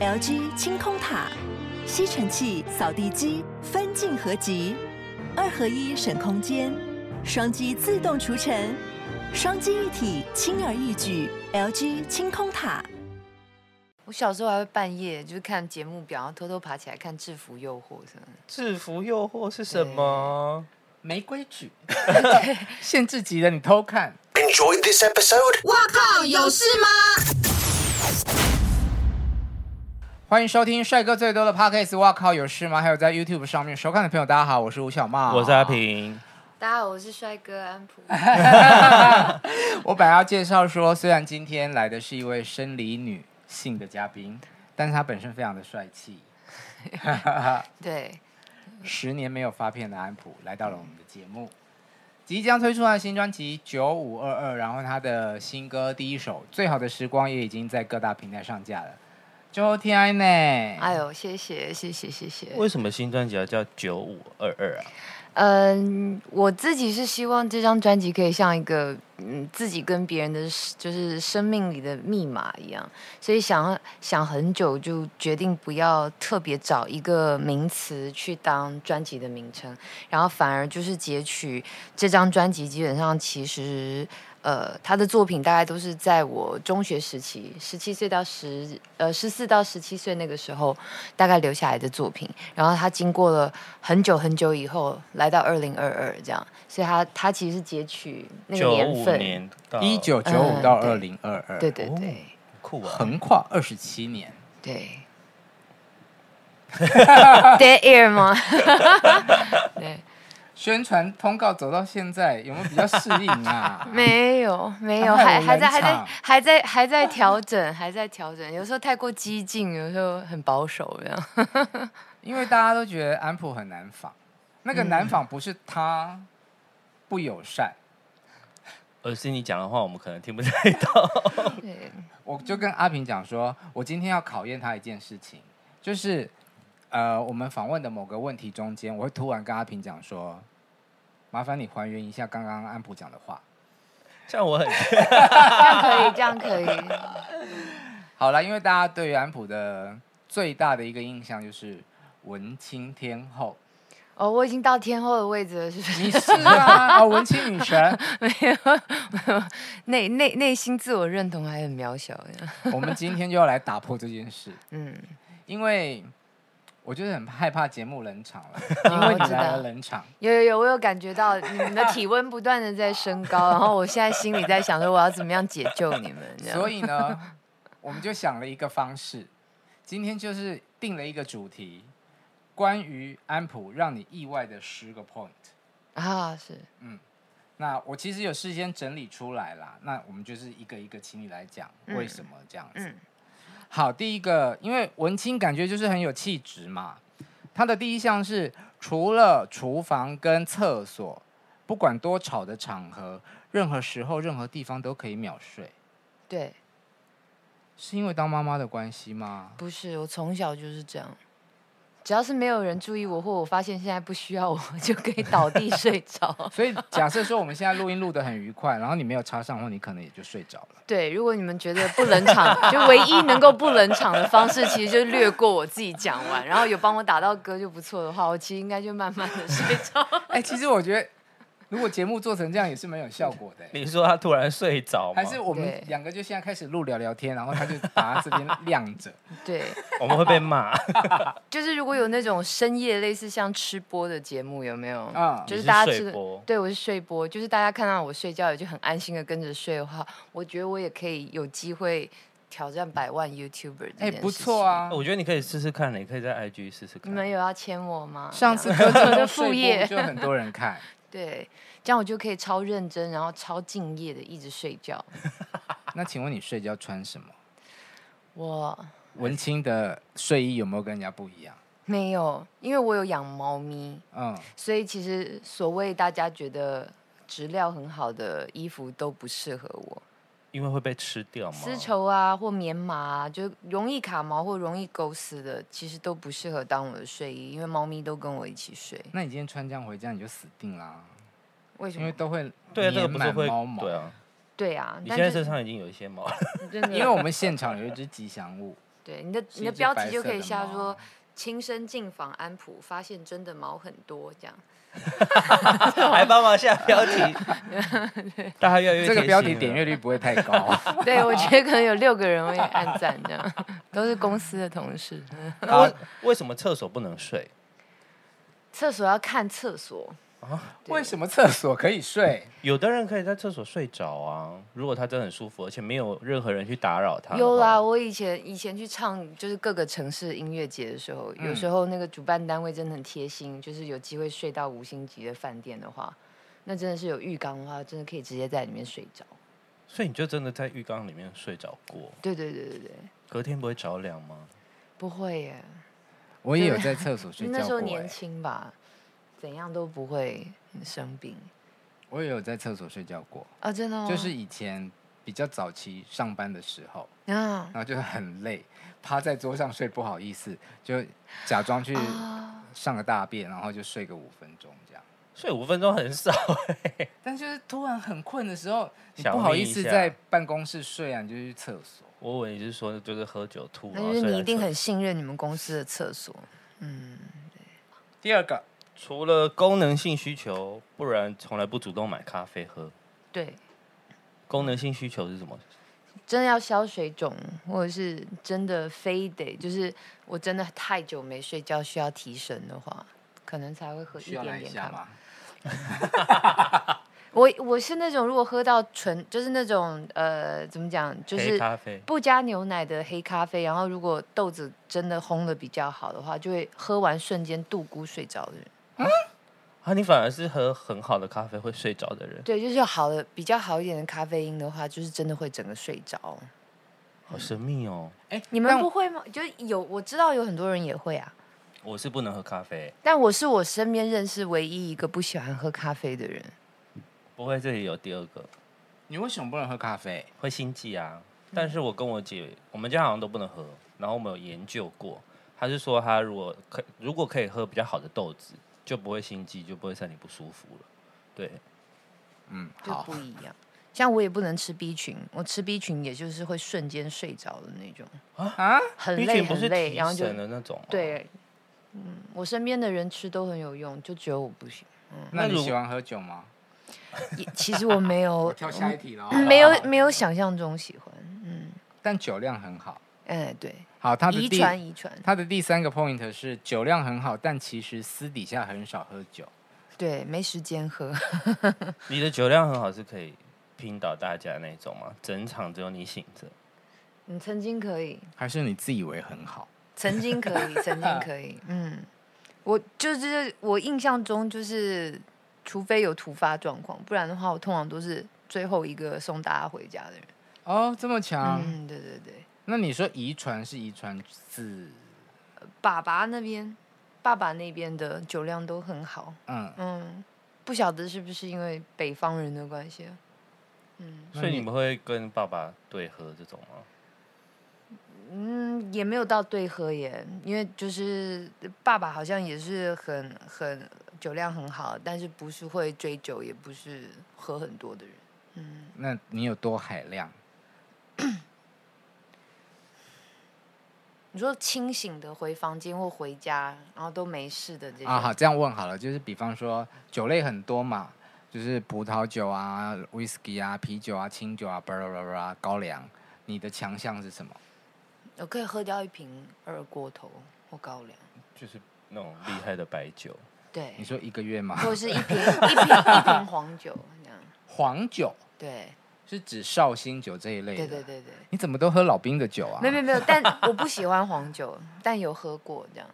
LG 清空塔、吸尘器、扫地机分镜合集，二合一省空间，双击自动除尘，双击一体轻而易举。LG 清空塔。我小时候还会半夜就是看节目表，然后偷偷爬起来看《制服诱惑》什么的。制服诱惑是什么？没规矩。 限制级的你偷看， Enjoyed this episode? 欢迎收听帅哥最多的 podcast。哇靠，有事吗？还有在 YouTube 上面收看的朋友，大家好，我是吴小 茂，我是阿。平，大家好，我是帅哥安普。 我本来要介绍说，虽然今天来的是一位生理女性的嘉宾，但是她本身非常的帅气。 对，十年没有发片的安普来到了我们的节目，即将推出他的新专辑《九五二二》，然后他的新歌第一首《最好的时光》也已经在各大平台上架了。周天呢？哎呦，谢谢，谢谢，谢谢。为什么新专辑要叫九五二二啊？嗯，我自己是希望这张专辑可以像一个嗯自己跟别人的是就是生命里的密码一样，所以想想很久就决定不要特别找一个名词去当专辑的名称，然后反而就是截取这张专辑基本上其实。呃，他的作品大概都是在我中学时期，十七岁到十呃十四到十七岁那个时候，大概留下来的作品。然后他经过了很久很久以后，来到二零二二这样，所以他他其实是截取那个九年五份，年哦到一九九五嗯到二对零二二，对对对、酷啊！横跨二十七年。对。Dead air 吗？对，？宣传通告走到现在，有没有比较适应啊 没有没有，他还害我还在还冷在场还在还在调整， 还在调整。有时候太过激进，有时候很保守这样。因为大家都觉得安普很难仿，那个难仿不是他不友善，而是你讲的话，我们可能听不太到。 对，我就跟阿平讲说，我今天要考验他一件事情，就是呃，我们访问的某个问题中间，我会突然跟阿平讲说，麻烦你还原一下刚刚安普讲的话。像我 很这样可以，这样可以。好了，因为大家对于安普的最大的一个印象就是文青天后，哦，我已经到天后的位置了，是不是？你是啊，哦，文青女神。内内内心自我认同还很渺小的。我们今天就要来打破这件事，嗯，因为我就是很害怕节目冷场了，因因为你来了冷场。有有有，我有感觉到你们的体温不断的在升高，然后我现在心里在想说，我要怎么样解救你们？这样所以呢， 我们就想了一个方式，今天就是定了一个主题，关于安普让你意外的十个 point。啊，是那我其实有事先整理出来啦，那我们就是一个一个请你来讲嗯为什么这样子。嗯好，第一个，因为文青感觉就是很有气质嘛，他的第一项是除了厨房跟厕所，不管多吵的场合，任何时候、任何地方都可以秒睡，对，是因为当妈妈的关系吗？不是我从小就是这样，只要是没有人注意我，或我发现现在不需要我， 我就可以倒 地睡着。所以假设说我们现在录音录得很愉快，然后你没有插上的话，你可能也就睡着了。对，如果你们觉得不冷场，就唯一能够不冷场的方式，其实就略过我自己讲完，然后有帮我打到歌就不错的话，我其实应该就慢慢的 睡着。哎、其实我觉得，如果节目做成这样也是蛮有效果的、欸你说他突然睡着吗？还是我们对两个就现在开始录聊聊天，然后他就把他这边晾 着。对， 我们会被骂？ 就是如果有那种深夜类似像吃播的节目，有没有？嗯就你是大家睡吃播，对我是睡播，就是大家看到我睡觉也就很安心的跟着睡的话，我觉得我也可以有机会挑战百万 YouTuber 这件事哎、情哦不错！啊！我觉得你可以试试看，你可以在 IG 试试你看。们有要签我吗？上次这样歌 手的的副副业业就很多人看，对，这样我就可以超认真，然后超敬业的一直睡觉。那请问你睡觉穿什么？我文青的睡衣有没有跟人家不一样？没有，因为我有养猫咪，嗯，所以其实所谓大家觉得质量很好的衣服都不适合我。因为会被吃掉吗？丝绸啊或棉麻啊，就容易卡毛或容易勾丝的，其实都不适合当我的睡衣，因为猫咪都跟我一起睡。那你今天穿这样回家你就死定啦，为什因为么？都会对啊，这个不粘是满会猫毛对。啊？对啊，你但现在身上已经有一些毛了， 真的，因为我们现场有一只吉祥物，对，你的你是一的只标白题就色可的以下猫啊说“亲身进访安普，发现真的毛很多” 这样。还帮忙下标题，大家越来越这个贴标心题点了阅率不会太高。啊对，我觉得可能有六个人会按赞这样， 都是公司的同事。那为为什么厕所不能睡？ 厕所要看厕所，对为什么厕所可 以睡？有的人可以在厕所睡着啊，如果他真的很舒服，而且没有任何人去打扰他。有啦，，我以前以前去唱就是各个城市音乐节的时候，有嗯时候那个主办单位真的很贴心，就是有机会睡到五星级的饭店的话，那真的是有浴缸的话，真的可以直接在里面睡着。所以你就真的在浴缸里面睡着过，对对对对对，隔天不会着凉吗？不会耶，我也有在厕所睡觉过、那时候年哎轻吧，怎样都不会生病我也有在厕所睡觉过，啊，真的吗？就是以前比较早期上班的时候，啊然后就很累，趴在桌上睡不好意思，就假装去啊，上个大便，然后就睡个五分钟这样。睡五分钟很少，欸但就是突然很困的时候，你想不好眯意一思下在办公室睡啊，你就去厕所。我以为你是说就是喝酒吐，那然后就是睡你在一定厕很信任你们公司的厕所，嗯，第二个，除了功能性需求，不然从来不主动买咖啡喝。对，功能性需求是什么？真的要消水肿，或者是真的非得就是我真的太久没睡觉需要提神的话，可能才会喝一需要来点一点下咖啡。吗？我我是那种如果喝到纯就是那种呃怎么讲就黑是咖啡。不加牛奶的黑咖啡，然后如果豆子真的烘的比较好的话，就会喝完瞬间度咕睡着的人。啊，你反而是喝很好的咖啡会睡着的人，对，就是好的比较好一点的咖啡因的话，就是真的会整个睡着。好神秘哦。哎，你们但不会吗？就是有我知道有很多人也会啊，我是不能喝咖啡，但我是我身边认识唯一一个不喜欢喝咖啡的人。不会这里有第二个，你为什么不能喝咖啡？会心悸啊。嗯但是我跟我姐，我们家好像都不能喝，然后我们有研究过，她是说她如果可如果可以喝比较好的豆子，就不会心悸，就不会身体不舒服了。对，嗯，就好不，一样。像我也不能吃 B 群，我吃 B 群也就是会瞬间睡着的那种啊，很冰淇累淋不很是累，提然后就神的那种吗，对，嗯，我身边的人吃都很有用，就只有我不行。那那你如喜欢喝酒吗？也其实我没有我，跳下一题了。哦没有没有想象中喜欢，嗯，但酒量很好。哎，对，好，他的遗第传遗传，他的第三个 point 是酒量很好，但其实私底下很少喝酒。对，没时间喝， 你的酒量很好，是可以拼倒大家那种吗？整场只有你醒着，你嗯曾经可以，还是你自以为很好？曾经可以，曾经可以，嗯，我就是我印象中就是，除非有突发状况，不然的话，我通常都是最后一个送大家回家的人。哦，这么强？嗯，对对对，那你说遗传是遗传自爸爸那边，爸爸那边的酒量都很好，嗯？嗯，不晓得是不是因为北方人的关系啊，嗯那所以你你们会跟爸爸对喝这种吗？嗯，也没有到对喝耶，因为就是爸爸好像也是很很酒量很好，但是不是会追酒，也不是喝很多的人，嗯，那你有多海量？你说清醒的回房间或回家，然后都没事的这种，啊，好，这样问好了，就是比方说酒类很多嘛，就是葡萄酒啊、whisky 啊、啤酒啊、清酒啊、巴拉巴拉高粱，你的强项是什么？我可以喝掉一瓶二锅头或高粱，就是那种厉害的白 酒，对你，说一个月吗？或者是一瓶一瓶一瓶黄酒这样，黄酒对是指绍兴酒这一类对的。对对对。你怎么都喝老兵的酒啊？没有没有没有，但我不喜欢黄酒，但有喝过这样。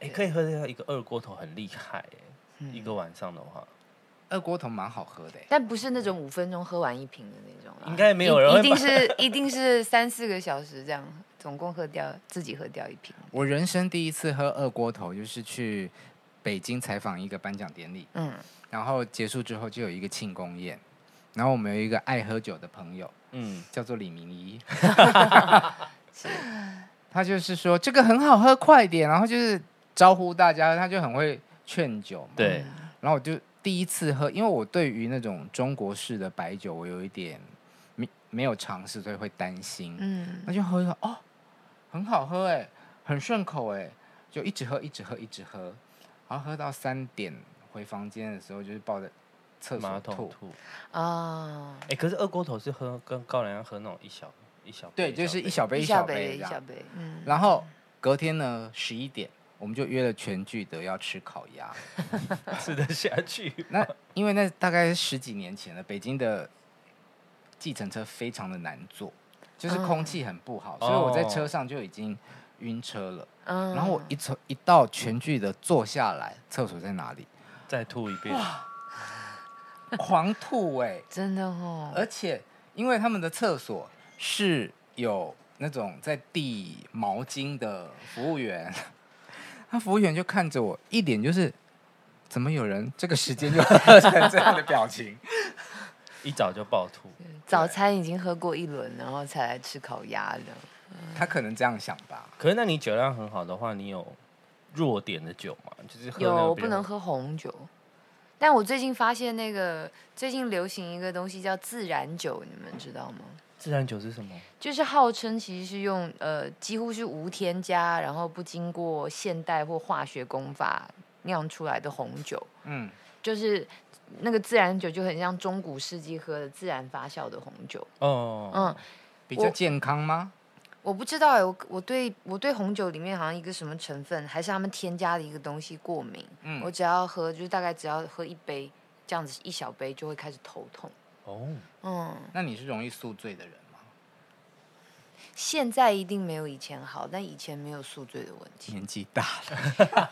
哎、可以喝掉一个二锅头，很厉害、欸嗯一个晚上的话，二锅头蛮好喝的欸。但不是那种五分钟喝完一瓶的那种啦，应该没有一人会一定是一定是三四个小时这样，总共喝掉自己喝掉一瓶。我人生第一次喝二锅头，就是去北京采访一个颁奖典礼，嗯，然后结束之后就有一个庆功宴，然后我们有一个爱喝酒的朋友，嗯，叫做李明一，是他就是说这个很好喝，快点，然后就是招呼大家，他就很会劝酒嘛。对，嗯然后我就第一次喝，因为我对于那种中国式的白酒，我有一点没没有尝试，所以会担心。嗯，那就喝一喝，哦，很好喝哎、很顺口哎、就一直喝一直喝一直喝，然后喝到三点回房间的时候，就是抱着厕马所桶吐，吐。啊，哎、可是二锅头是喝跟高粱一样喝那种一小一小对，就是 一小杯一小小杯杯这一样小。杯，嗯，然后隔天呢，十一点我们就约了全聚德要吃烤 鸭。吃得下去。那因为那大概是十几年前了，北京的计程车非常的难坐，就是空气很不好，哦所以我在车上就已经晕车了。嗯然后我一从一到全聚德坐下来，厕所在哪里？再吐一遍，狂吐哎、真的哦，而且因为他们的厕所是有那种在递毛巾的服务员， 他服务员就看着我，一脸就是怎么有人这个时间就 喝成这样的表 情。一早就暴吐。早餐已经喝过一轮，然后才来吃烤鸭的。他可能这样想吧。可是那你酒量很好的话，你有弱点的酒吗？就是喝那种有比不较能。喝红酒，但我最近发现那个最近流行一个东西叫自然酒，你们知道吗？自然酒是什么？就是号称其实是用呃几乎是无添加，然后不经过现代或化学工法酿出来的红酒，嗯，就是那个自然酒就很像中古世纪喝的自然发酵的红酒。哦，嗯，比较我健康吗？我不知道哎、我我对我对红酒里面好像一个什么成分，还是他们添加的一个东西过敏。嗯我只要喝，就是大概只要喝一杯这样子，一小杯就会开始头痛。哦，嗯，那你是容易宿醉的人吗？现在一定没有以前好，但以前没有宿醉的问题。年纪大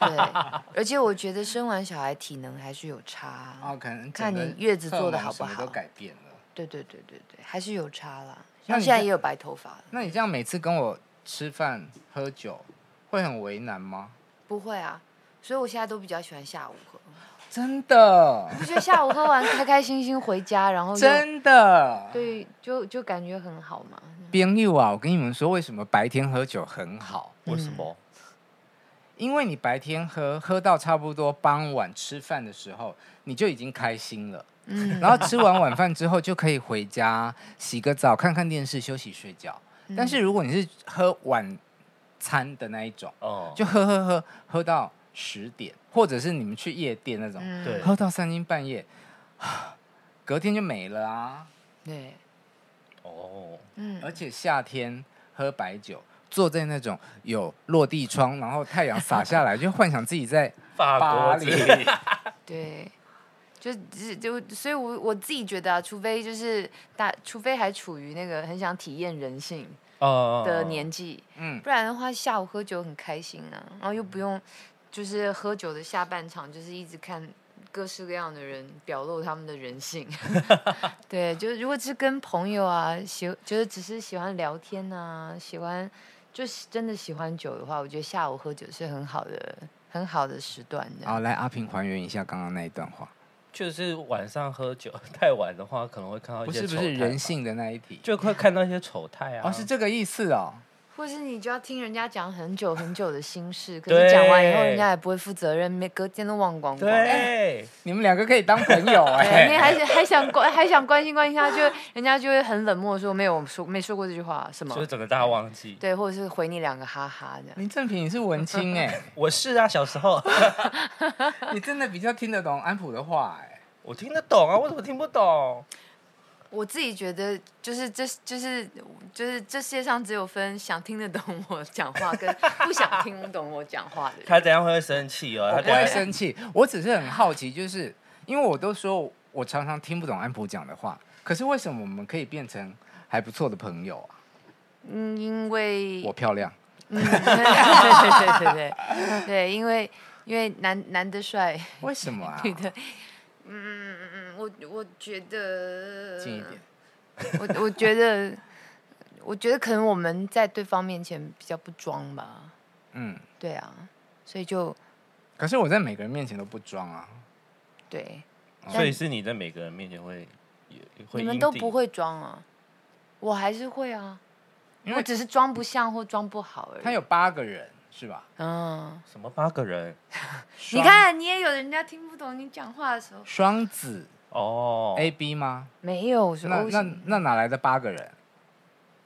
了 对，而且我觉得生完小孩体能还是有差。啊，可能看整你个月子荷尔做得蒙好什不么好都改变了。对对对对对，还是有差啦。那像你现在这也有白头发了，那你这样每次跟我吃饭喝酒，会很为难吗？不会啊。所以我现在都比较喜欢下午喝，真的，我觉得下午喝完开开心心回家，然后又真的。对，就就感觉很好嘛。边友啊，我跟你们说，为什么白天喝酒很好？为什么？因为你白天喝，喝到差不多傍晚吃饭的时候，你就已经开心了。嗯，然后吃完晚饭之后就可以回家洗个澡、看看电视、休息睡觉。嗯但是如果你是喝晚餐的那一种，哦，就喝喝喝喝到十点，或者是你们去夜店那种，嗯对喝到三更半夜， 隔天就没了啊。对，哦，嗯，而且夏天喝白酒，坐在那种有落地窗，然后太阳洒下来，就幻想自己 在巴法国黎之旅对，就只就所以我，我自己觉得啊，除非就是大，除非还处于那个很想体验人性哦的年纪， 嗯，不然的话，下午喝酒很开心啊，然后嗯又不用就是喝酒的下半场就是一直看。各式各样的人表露他们的人性， 对，就是如果是跟朋友啊，喜就是只是喜欢聊天啊，喜欢就是真的喜欢酒的话，我觉得下午喝酒是很好的、很好的时段的。啊好，来阿平还原一下刚刚那一段话，就是晚上喝酒太晚的话，可能会看到一不些是不丑是态人吧，性的那一题，就会看到一些丑态啊。哦是这个意思哦。或是你就要听人家讲很久很久的心事，可是讲完以后，对人家也不会负责任，没隔天都忘光光。对，你们两个可以当朋友对， 哎、你还想还想关还想关心关心他，就人家就会很冷漠地说没有我说没说过这句话什么就是，整个大忘记。对，或者是回你两个哈哈这样。林正平，你是文青哎、我是啊，小时候你真的比较听得懂安普的话哎、我听得懂啊，我怎么听不懂？我自己觉得就是这就是就是这世界上只有分想听得懂我讲话跟不想听懂我讲话的人。他等一下会生气哦，我他不等会一下生气，我只是很好奇，就是因为我都说我常常听不懂安普讲的话，可是为什么我们可以变成还不错的朋友啊？嗯，因为我漂亮，嗯，对对对对对对，因为因为男男的帅。为什么 啊？对的，嗯，我我觉得近一点，我我觉得，我觉得可能我们在对方面前比较不装吧，嗯。对啊，所以就可是我在每个人面前都不装啊，对，所以是你在每个人面前会也会，你们都不。会装啊，我还是会啊，因我为只是装不像或装不好而已。他有八个人是吧？嗯，什么八个人你双看你也有人家听不懂你讲话的时候，双子哦 A B 哦吗？没有，我是那 O 那型，那哪来的八个人？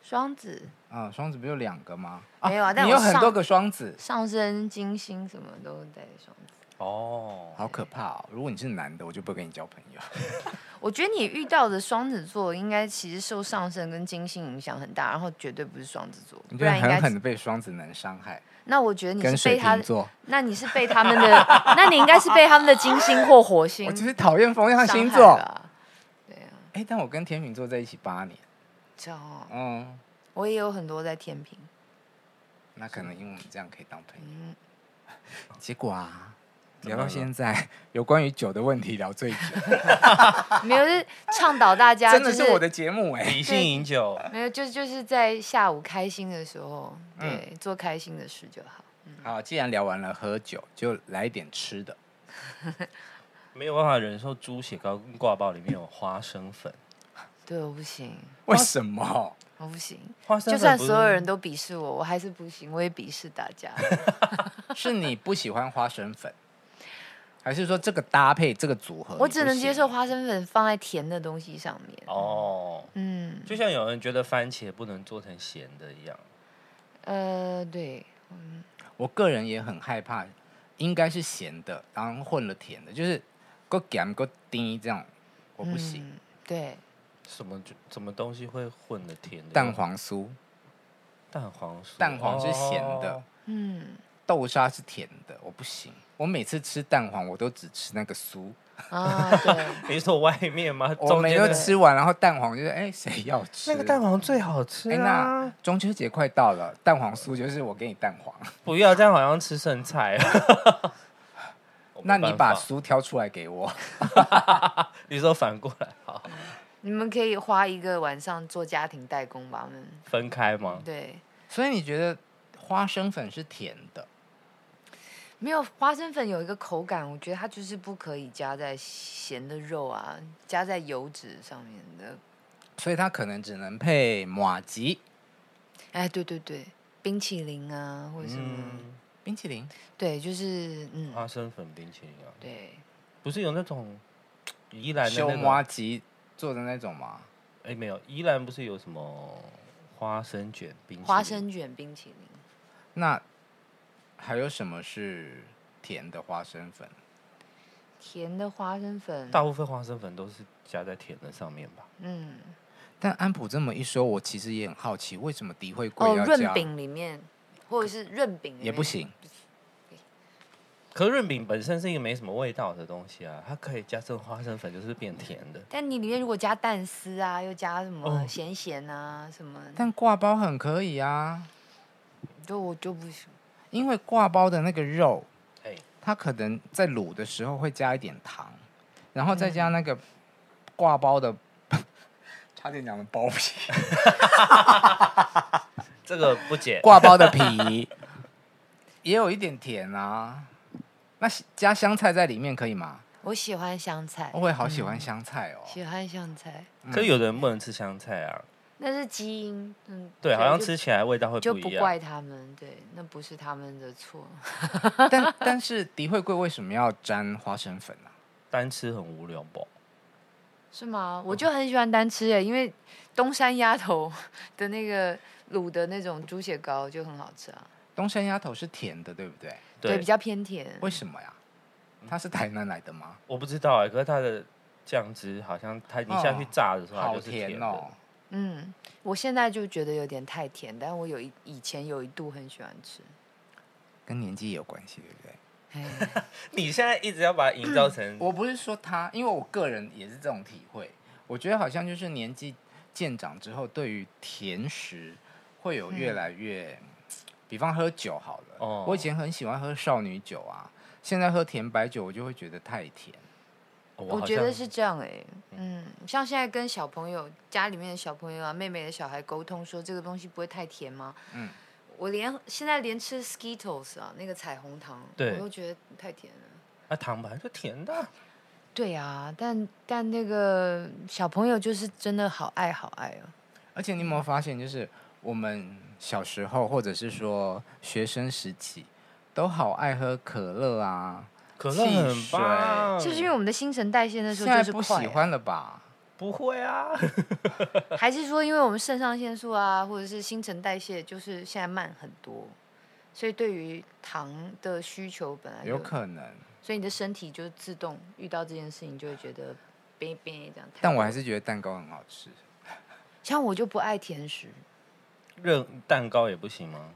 双子嗯，双子不就两个吗？没有啊但你我有很多上个双子，上升、金星什么都在双子。哦，好可怕哦！如果你是男的，我就不会跟你交朋友。我觉得你遇到的双子座应该其实受上升跟金星影响很大，然后绝对不是双子座，你不就然应狠该狠的被双子男伤害，那我觉得跟你是水被他瓶，座。那你是被他们的，那你应该是被他们的金星或火星 我伤就是讨厌风象害星座。吧。对啊，哎，但我跟天秤座在一起八年，这样哦嗯，我也有很多在天平，那可能因为我们这样可以当朋友。嗯， 结果啊，怎么聊到了现在，有关于酒的问题 聊最久，没有是倡导大家， 真的就是我的节目哎。理性饮酒，没有，就就是在下午开心的时候，嗯对，做开心的事就好。好，既然聊完了喝酒，就来一点吃的。没有办法忍受猪血糕跟挂包里面有花生粉，对，我不行，为 什么？我不行，花生就粉算不所是有人都鄙视我，我还是不行，我也鄙视大 家。是你不喜欢花生粉，还是说这个搭配这个组合？我只能接受。花生粉放在甜的东西上面。哦，嗯，就像有人觉得番茄不能做成咸的一样，呃，对，我个人也很害怕，应该是咸的，然后混了甜的，就是够咸够滴这样，我不行。嗯对，什么就什么东西会混的甜的蛋黄酥、蛋黄酥蛋黄是咸的，哦 嗯豆沙是甜的，我不行。我每次吃蛋黄，我都只吃那个酥，啊，对，你说外面吗？我中每间的次都吃完，然后蛋黄就是哎，谁要吃？那个蛋黄最好吃哎，那啊！中秋节快到了，蛋黄酥就是我给你蛋黄，不要这样，好像吃剩菜。我没 那你办把法酥挑出来给我。 你说反过来好，你们可以花一个晚上做家庭代工吧，我们分开吗？对，所以你觉得花生粉是甜的？没有花生粉有一个口感，我觉得它就是不可以加在咸的肉啊，加在油脂上面的。所以它可能只能配马吉哎，对对对，冰淇淋啊，或者什么，嗯，冰淇淋，对，就是嗯，花生粉冰淇淋啊，对，不是有那种宜兰的修哎那马种？吉做的那种吗？哎，没有，宜兰不是有什么花生卷冰淇淋？花生卷冰淇淋。那还有什么是甜的花生粉？甜的花生粉，大部分花生粉都是加在甜的上面吧？嗯，但安普这么一说，我其实也很好奇，为什么迪惠贵哦，要润加、饼里面，或者是润饼里也面不，行？可是润饼本身是一个没什么味道的东西啊，它可以加上花生粉，就是变甜的。但你里面如果加蛋丝啊，又加什么哦咸咸啊什么，但挂包很可以啊，就我就不行。因为挂包的那个肉，哎，它可能在卤的时候会加一点糖，然后再嗯加那个挂包的， 差点讲的包皮。这个不 解。挂包的皮也有一点甜啊。那加香菜在里面可以吗？我喜欢香菜，哦我也好喜嗯欢香菜哦。 喜欢香菜，嗯可是有的人不能吃香菜啊，那是基因，嗯，对，好像就吃起来味道会就一不样。怪他们，对，那不是他们的错。但但是迪惠贵为什么要沾花生粉啊？单吃很无聊不？是吗？嗯我就很喜欢单吃耶，因为东山鸭头的那个卤的那种猪血糕就很好吃啊，东山鸭头是甜的，对不对？对，比较偏甜。为什么呀？嗯它是台南来 的吗？我不知道哎、可是它的酱汁好像它你下去炸的时候，它哦好啊就是甜的。哦！嗯，我现在就觉得有点太甜，但我有一以前有一度很喜欢 吃。跟年纪也有关系，对不对？哎你现在一直要把它营造成我不是说他，因为我个人也是这种体会。我觉得好像就是年纪渐长之后，对于甜食会有越来越，比方喝酒好了，嗯哦我以前很喜欢喝少女酒啊，现在喝甜白酒我就会觉得太甜。我我好觉得像是这样哎、嗯，像现在跟小朋友、家里面的小朋友啊、妹妹的小孩沟通说这个东西不会太甜吗？嗯，我连现在连吃 Skittles 啊，那个彩虹糖，对我都觉得太甜了。啊，糖本来就甜的啊，对啊，但但那个小朋友就是真的好爱好爱哦、而且你有没有发现，就是我们小时候或者是说学生时期，都好爱喝可乐啊，可乐汽很棒，就是因为我们的新陈代谢那时嗯现候在就是不快喜啊、欢了吧？不会啊，还是说因为我们肾上腺素啊，或者是新陈代谢，就是现在慢很多，所以对于糖的需求本来就有可能。所以你的身体就自动遇到这件事情就会觉得别别这样。但我还是觉得蛋糕很好吃。像我就不爱甜食，热蛋糕也不行吗？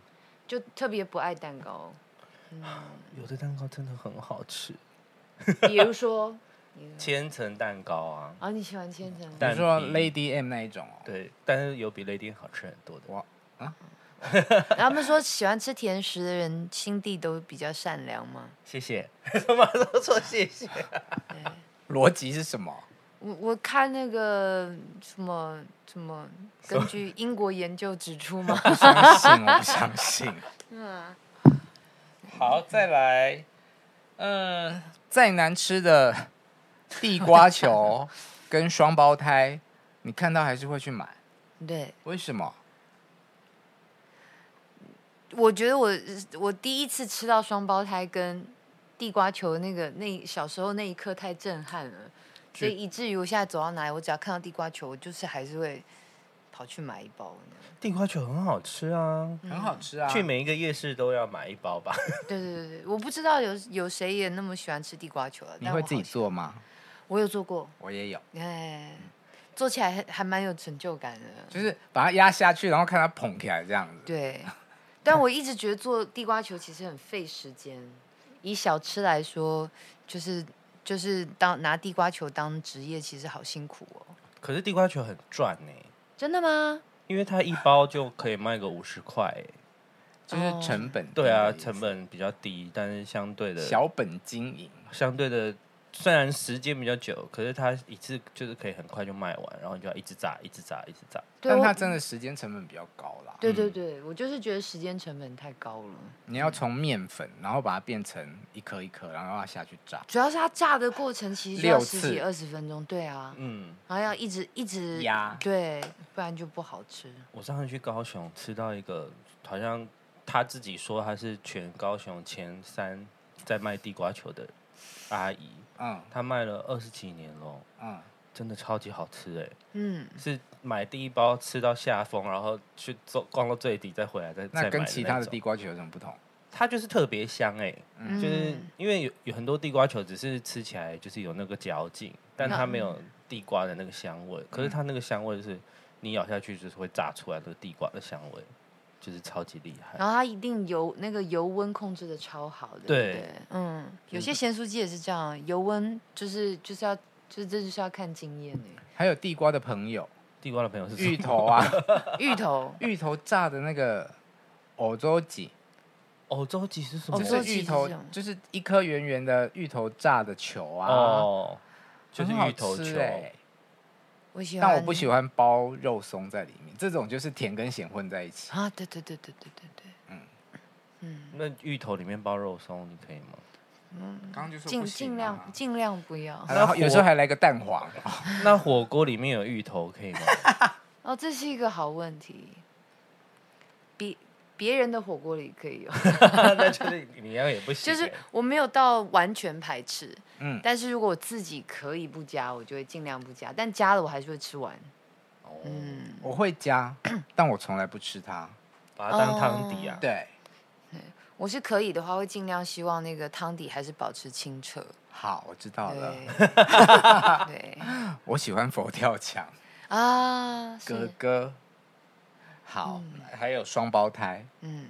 就特别不爱蛋糕，有的蛋糕真的很好吃，比如说，你千层蛋糕啊，啊你喜欢千 层，比蛋如说饼 Lady M 那一种哦，对，但是有比雷丁好吃很多的。哇，然后他们说喜欢吃甜食的人心地都比较善良嘛。谢谢， 什么都说谢谢。对，逻辑是什么？我我看那个什么什么，根据英国研究指出 嘛，不相信，我不相 信。嗯，好，再来，嗯、再难吃的地瓜球跟双胞胎，你看到还是会去买，对，为什么？我觉得我我第一次吃到双胞胎跟地瓜球那个那小时候那一刻太震撼了，所以以至于我现在走到哪里，我只要看到地瓜球，我就是还是会跑去买一包那 样。地瓜球很好吃嗯啊，很好吃啊，去每一个夜市都要买一包吧。对对对对，我不知道有有谁也那么喜欢吃地瓜球了。你但会我自己好喜做吗？我有做过，我也有，哎，做起来还还蛮有成就感的。就是把它压下去，然后看它捧起来这样子。对，但我一直觉得做地瓜球其实很费时间。以小吃来说，就是就是当拿地瓜球当职业，其实好辛苦哦。可是地瓜球很赚欸呢、真的吗？因为它一包就可以卖个五十块欸。哦就是成本低的对啊，意思成本比较低，但是相对的，小本经营，相对的，虽然时间比较久，可是它一次就是可以很快就卖完，然后你就要一直炸，一直炸，一直炸。对，但我它真的嗯时间成本比较高啦。对对对，我就是觉得时间成本太高了。你要从面粉，然后把它变成一颗一颗，然后让它下去炸，主要是它炸的过程其实就要六十次几二十分钟，对啊，嗯，然后要一直一直压对，不然就不好吃。我上次去高雄吃到一个，好像他自己说他是全高雄前三在卖地瓜球的阿姨，嗯她卖了二十几年喽，嗯，真的超级好吃哎、嗯，是买第一包吃到下风，然后去走逛到最底再回来再再那买跟其他的那地种，瓜球有什么不同？它就是特别香哎、嗯就是因为有有很多地瓜球只是吃起来就是有那个嚼劲，但它没有地瓜的那个香味，可是它那个香味就是你咬下去就是会炸出来那个地瓜的香味，就是超级厉害。然后它一定油那个油温控制的超好的，对不对，嗯，就有是些咸酥鸡也是这样，油温就是就是要就是这就是要看经验 哎，还有地瓜的朋友，地瓜的朋友是什芋么？头啊， 芋头芋头炸的那个欧洲鸡，欧哦洲鸡是什么？欧就洲是鸡芋头是什么，就是一颗圆圆的芋头炸的球啊，哦，就是很好芋头吃球。欸我喜欢，但我不喜欢包肉松在里面，这种就是甜跟咸混在一起。啊，对对对对对对对，嗯那芋头里面包肉松，你可以吗？刚刚就嗯，尽尽量尽量不要啊然后有时候还来个蛋黄，那火锅里面有芋头可以吗？ 哦，这是一个好问题，别别人的火锅里可 以有，那就是你要也不行就欸。是我没有到完全排斥，嗯但是如果我自己可以不加，我就会尽量不加，但加了我还是会吃完，哦嗯。我会加，但我从来不吃它。把它当汤底啊。对，我是可以的话，会尽量希望那个汤底还是保持清澈。好，我知道了。对， 对我喜欢佛跳墙，啊，哥是哥。好，还有双胞胎，嗯，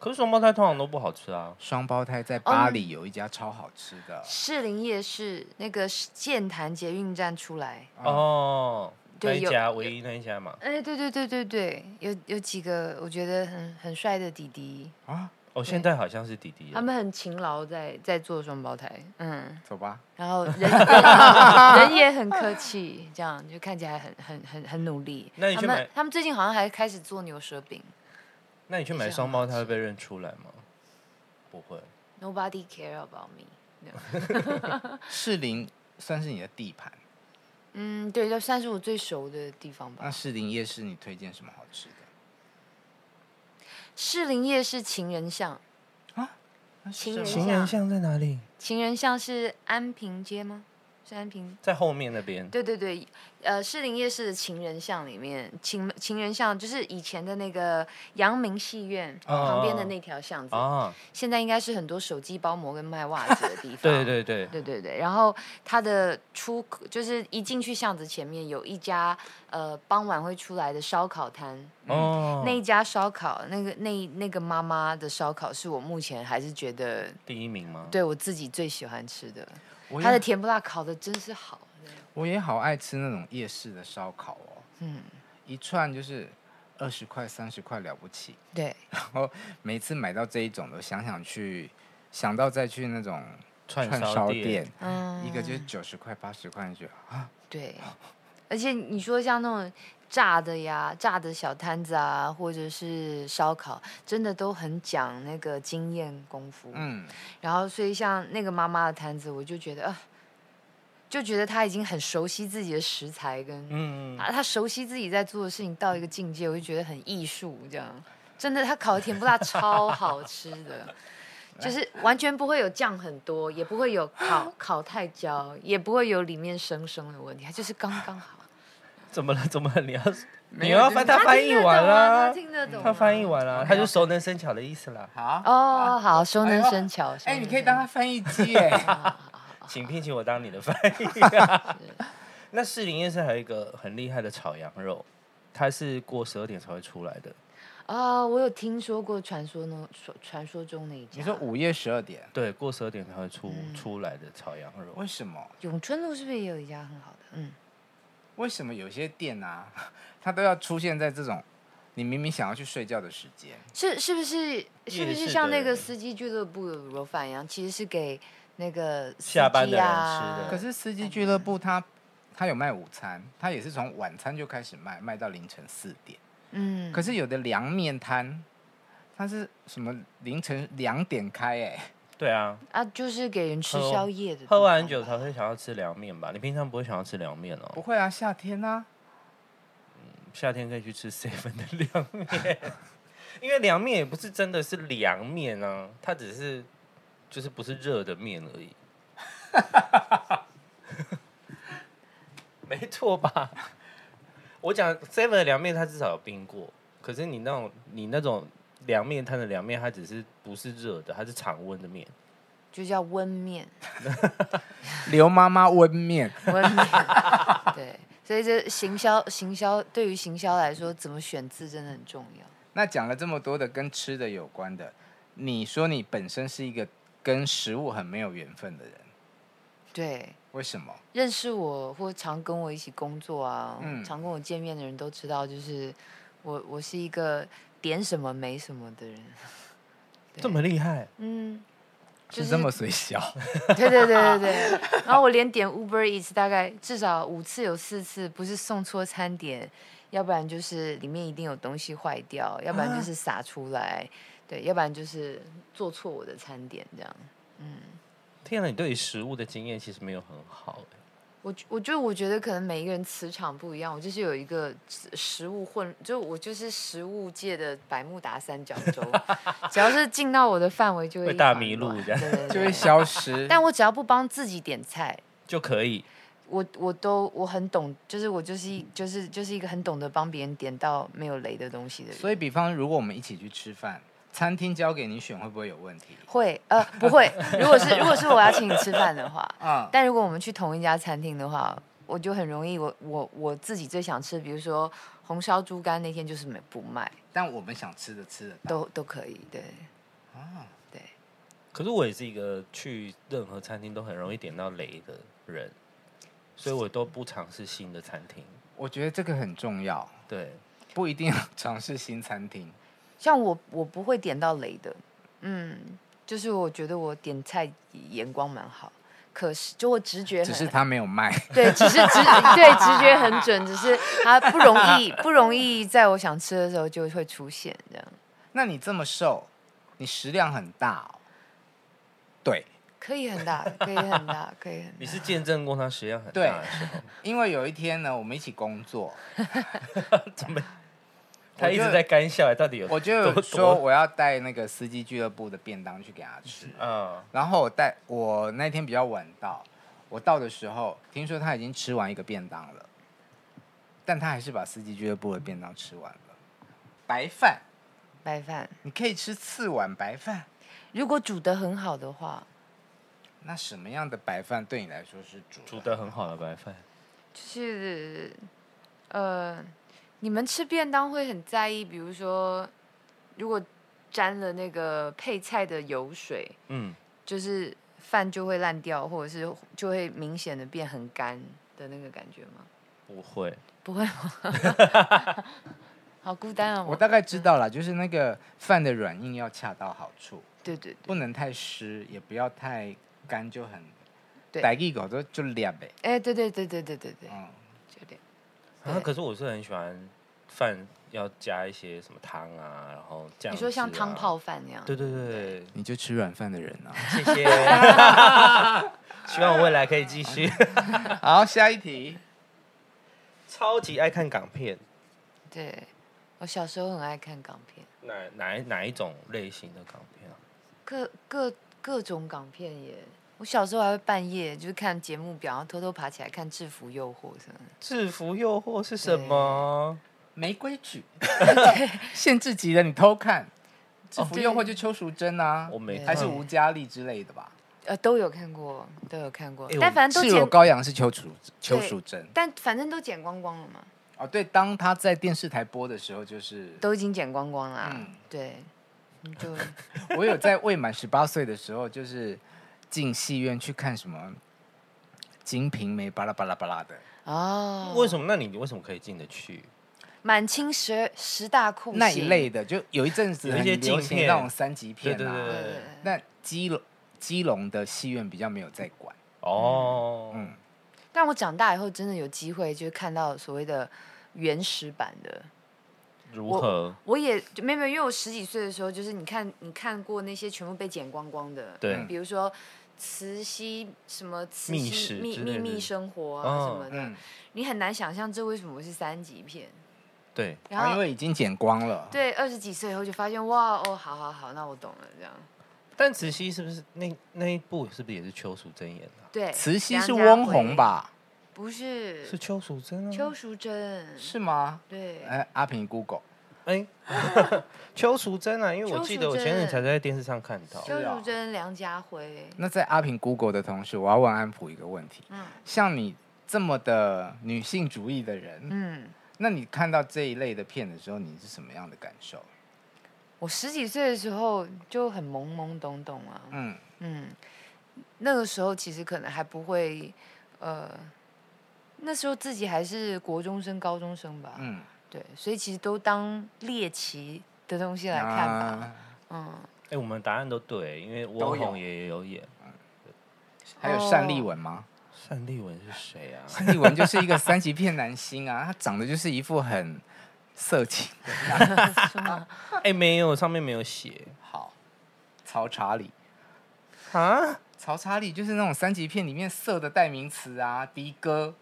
可是双胞胎通常都不好吃啊。双胞胎哦在巴黎有一家超好吃的，士林夜市那个剑潭捷运站出来，哦，那啊对一有家唯一那一家嘛。哎，对对对对对，有有几个我觉得很很帅的弟弟，啊，哦，现在好像是弟弟了。他们很勤劳在在做双胞胎，嗯，走吧。然后 人人也很客气，这样就看起来很很很很努力。那你他去买们他们最近好像还开始做牛舌饼那你去买双啊胞胎会被认出来吗？不会。 ，Nobody care about me。士林算是你的地盘，嗯，对，就算是我最熟的地方吧啊那。士林夜市你推荐什么好吃的？士林夜市情人巷，啊那是情人什么情人像在哪里？情人巷是安平街吗？三平，在后面那边，对对对，呃，士林夜市的情人巷里面，情情人巷就是以前的那个阳明戏院哦旁边的那条巷子，啊，现在应该是很多手机包膜跟卖袜子的地方。 对对对，对对对，然后它的出口就是一进去巷子前面有一家呃傍晚会出来的烧烤摊，嗯哦，那一家烧烤那个那那个妈妈的烧烤是我目前还是觉得第一名吗？对我自己最喜欢吃的，嗯我它的也甜不辣烤的真是好，我也好爱吃那种夜市的烧烤哦，嗯，一串就是二十块、三十块了不起。对，然后每次买到这一种的，想想去，想到再去那种串烧店，，嗯，哎一个就是九十块、八十块，你觉得啊，对，而且你说像那种炸的呀、炸的小摊子啊，或者是烧烤，真的都很讲那个经验功夫。嗯，然后所以像那个妈妈的摊子，我就觉得啊、就觉得她已经很熟悉自己的食材跟、嗯，啊，她熟悉自己在做的事情到一个境界，我就觉得很艺术这样。真的，她烤的甜不辣超好吃的。就是完全不会有酱很多，也不会有烤烤太焦，也不会有里面生生的问题，它就是刚刚好。怎么了？ 怎么了？你要没你有要就翻是他翻译啊完啊了，他啦，听得懂啊，他翻译完 了，他 OK，OK 就熟能生巧的意思啦。好，哦，好，熟哎能呦生巧。熟哎、能你可以生当巧他翻译机哎，请聘请我当你的翻译。 那士林夜市还有一个很厉害的炒羊肉，它是过十二点才会出来的。啊、我有听说过传说中传传说中那一家。 你说午夜十二点，对，过十二点才会出、嗯出来的炒羊肉。为什么？永春路是不是也有一家很好的？嗯，为什么有些店啊， 它都要出现在这种你明明想要去睡觉的时间？是是不是是不夜市是的像那个司机俱乐部的卤肉饭一样，其实是给那个司下班的机人啊吃的可是司机俱乐部它它有卖午餐，它也是从晚餐就开始卖，卖到凌晨四点。嗯，可是有的凉面摊，它是什么凌晨两点开哎、对啊，啊，就是给人吃喝宵夜的地方吧。喝完酒才会想要吃凉面吧？你平常不会想要吃凉面不哦。会啊，夏天啊， 夏天可以去吃 seven 的凉面， 因为凉面也不是真的是凉面啊，它只是就是不是热的面而已。 没错吧？我讲 seven 的凉面，它至少有冰过，可是你那种你那种凉面摊的凉面，它只是不是热的，它是常温的面。就叫温面，刘妈妈温面，温面 对，所以这行销行销对于行销来说，怎么选字真的很重要。那讲了这么多的跟吃的有关的，你说你本身是一个跟食物很没有缘分的人，对，为什么？认识我或常跟我一起工作啊，嗯常跟我见面的人都知道，就是我我是一个点什么没什么的人。对这么厉害？嗯，就是这么随 小，对对对对对。 然后我连点 Uber Eats 大概至少五次有四次不是送错餐点，要不然就是里面一定有东西坏掉，要不然就是洒出来，对，要不然就是做错我的餐点这样。天啊哪，你对于食物的经验其实没有很好、欸我觉我就我觉得可能每一个人磁场不一样，我就是有一个食食物混，就我就是食物界的百慕达三角洲，只要是进到我的范围就会会一大团迷乱路这样对对就会对。消 失。但我只要不帮自己点菜，就可以。我我都我很懂，就是我就是一就是就是一个很懂得帮别人点到没有雷的东西的人。所以，比方如果我们一起去吃饭，餐厅交给你选，会不会有问题？会呃不会，如果是如果是我要请你吃饭的话，啊、但如果我们去同一家餐厅的话，我就很容易，我我我自己最想吃，比如说红烧猪肝那天就是没不卖，但我们想吃的吃得到。都都可以，对啊，对，可是我也是一个去任何餐厅都很容易点到雷的人，所以我都不尝试新的餐厅。我觉得这个很重要，对，不一定要尝试新餐厅。像我我不会点到雷的，嗯，就是我觉得我点菜眼光蛮好，可是就我直觉很只是他没有卖， 对，只是直对直觉很准，只是它不容易不容易在我想吃的时候就会出现这样，那你这么瘦，你食量很大哦。对，可以很大，可以很大，可以很你大，是见证过它食量很大的时候，因为有一天呢，我们一起工作，他一直在干笑，到底有我就有多说多？我要带那个司机俱乐部的便当去给他吃，嗯，然后我带我那天比较晚到，我到的时候，听说他已经吃完一个便当了，但他还是把司机俱乐部的便当吃完了。白饭，白饭，你可以吃四碗白饭。如果煮得很好的话，那什么样的白饭对你来说是煮煮的很好的白饭，就是呃，你们吃便当会很在意，比如说如果沾了那个配菜的油水，嗯，就是饭就会烂掉，或者是就会明显的变很干的那个感觉吗？不会，不会吗？ 好孤单啊、我大概知道了，就是那个饭的软硬要恰到好处，对对对，不能太湿，也不要太干，就很对白一狗都就凉呗。哎，对对对对对对对，嗯，就这样。啊对，可是我是很喜欢饭要加一些什么汤啊，然后酱、啊你说像汤泡，饭那样，对对对，你就吃软饭的人啊。谢 谢，希望我未来可以继 续。好，下一题。超级爱看港片，啊对，我小时候很爱看港片，哪哪一哪一种类型的港片啊？各各各种港片耶。我小时候还会半夜就是看节目表，然后偷偷爬起来看《制服诱惑》什么的。制服诱惑是什么？玫瑰曲， 限制级的你偷看，哦《制服诱惑》就邱淑贞啊，哦我没对还是看吴佳丽之类的吧。呃，都有看过，都有看过哎，我但反正赤都裸剪，羔羊是邱淑邱淑贞但反正都剪光光了嘛，哦，对，当她在电视台播的时 候，就是都已经剪光光啦。嗯对，你就 我有在未满十八岁的时候，就是进戏院去看什么《金瓶梅》巴拉巴拉巴拉的，哦，为什么？那你为什么可以进得去？满清十十大酷刑那一类的，就有一阵子有一很些流禁行片那种三级片对对对啊。对对那基隆基隆的戏院比较没有在管，哦，嗯，但我长大以后真的有机会，就是看到所谓的原始版的。如何？我也没有，没有因为我十几岁的时候，就是你看你看过那些全部被剪光光的，对嗯比如说慈禧什么慈密禧室秘之类秘的密生活啊哦什么的，嗯，你很难想象这为什么是三级片。对，然啊因后为已经剪光了，对二十几岁以后就发现哇哦，好好好，那我懂了这样。但慈禧是不是那那一部是不是也是邱淑贞演的啊？对，慈禧是梁家翁虹辉？吧？不是，是邱淑贞啊。邱淑贞。是吗？对，哎，阿平 Google， 哎， 邱淑贞啊，因为我记得我前阵才在电视上看到。邱啊淑贞、梁家辉。那在阿平 Google 的同时，我要问安普一个问题：嗯像你这么的女性主义的人，嗯，那你看到这一类的片的时候，你是什么样的感受？我十几岁的时候就很懵懵懂懂啊，嗯，嗯，那个时候其实可能还不会，呃，那时候自己还是国中生、高中生吧，嗯，对，所以其实都当猎奇的东西来看吧，啊嗯，哎，我们答案都对，因为都翁有虹也有演。还哦有单立文吗？单立文是谁啊？单立文就是一个三级片男星啊，他长得就是一副很色情 的样子。哎，没有，上面没有写好，曹查理，啊。曹查理就是那种三级片里面色的代名词啊，的哥。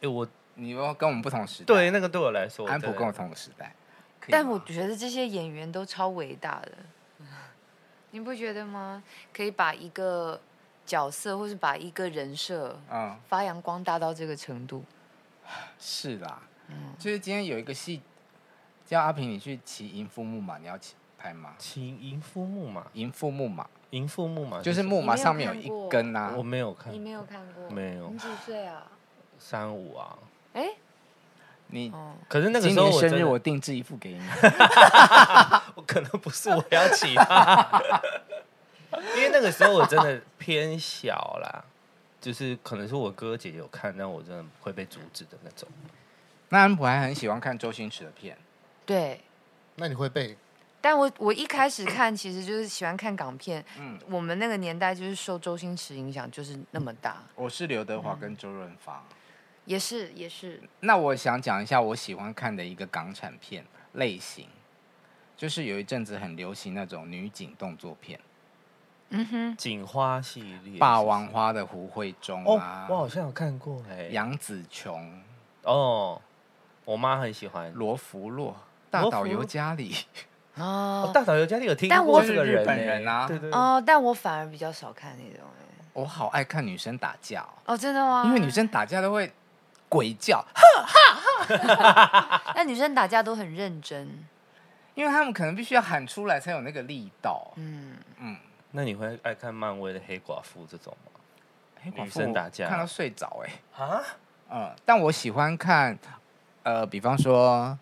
哎，我你又跟我们不同时代，对那个对我来说，安真普的跟我同时代，可以但吗我觉得这些演员都超伟大的，嗯你不觉得吗？可以把一个角色或是把一个人设嗯发扬光大到这个程度，是啦，嗯就是今天有一个戏叫阿平你去骑银副木马，你要骑拍吗？骑银夫木马，银副木马银夫木马就是什么木马你没有上面有看一过根啊啊我，没有看你，没有看过？没有你几岁 啊？三五啊。哎，你哦，可是那个今时候年我生真日的我定制一副 给你，我 可能不是我要骑他， 因为那个时候我真的偏小啦，就是可能是我哥姐有看，但我真的会被阻止的那种。那安普还很喜欢看周星驰的片，对。那你会被但我我一开始看，其实就是喜欢看港片。嗯我们那个年代就是受周星驰影响，就是那么大，我是刘德华嗯跟周润发。也是也是，那我想讲一下我喜欢看的一个港产片类型，就是有一阵子很流行那种女警动作片，嗯哼，警花系列， 《霸王啊花》的胡慧中哦，啊，我好像有看过哎、杨紫琼、哦，我妈很喜欢。罗福洛、大罗岛芙由洛佳里。 哦哦，大嫂有家里有听但哦过我这个人、欸就是日本人啊对对对哦，但我反而比较少看那种、哎我好爱看女生打架、哦，哦，真的吗？因为女，生打架都会鬼叫， 那女生打架都很认真，因为他们可能必须要喊出来才有那个力道。嗯，那你会爱看漫威的黑寡妇这种吗？黑哎寡妇女生打架看到睡着哎、啊？嗯，但我喜欢看，呃，比方说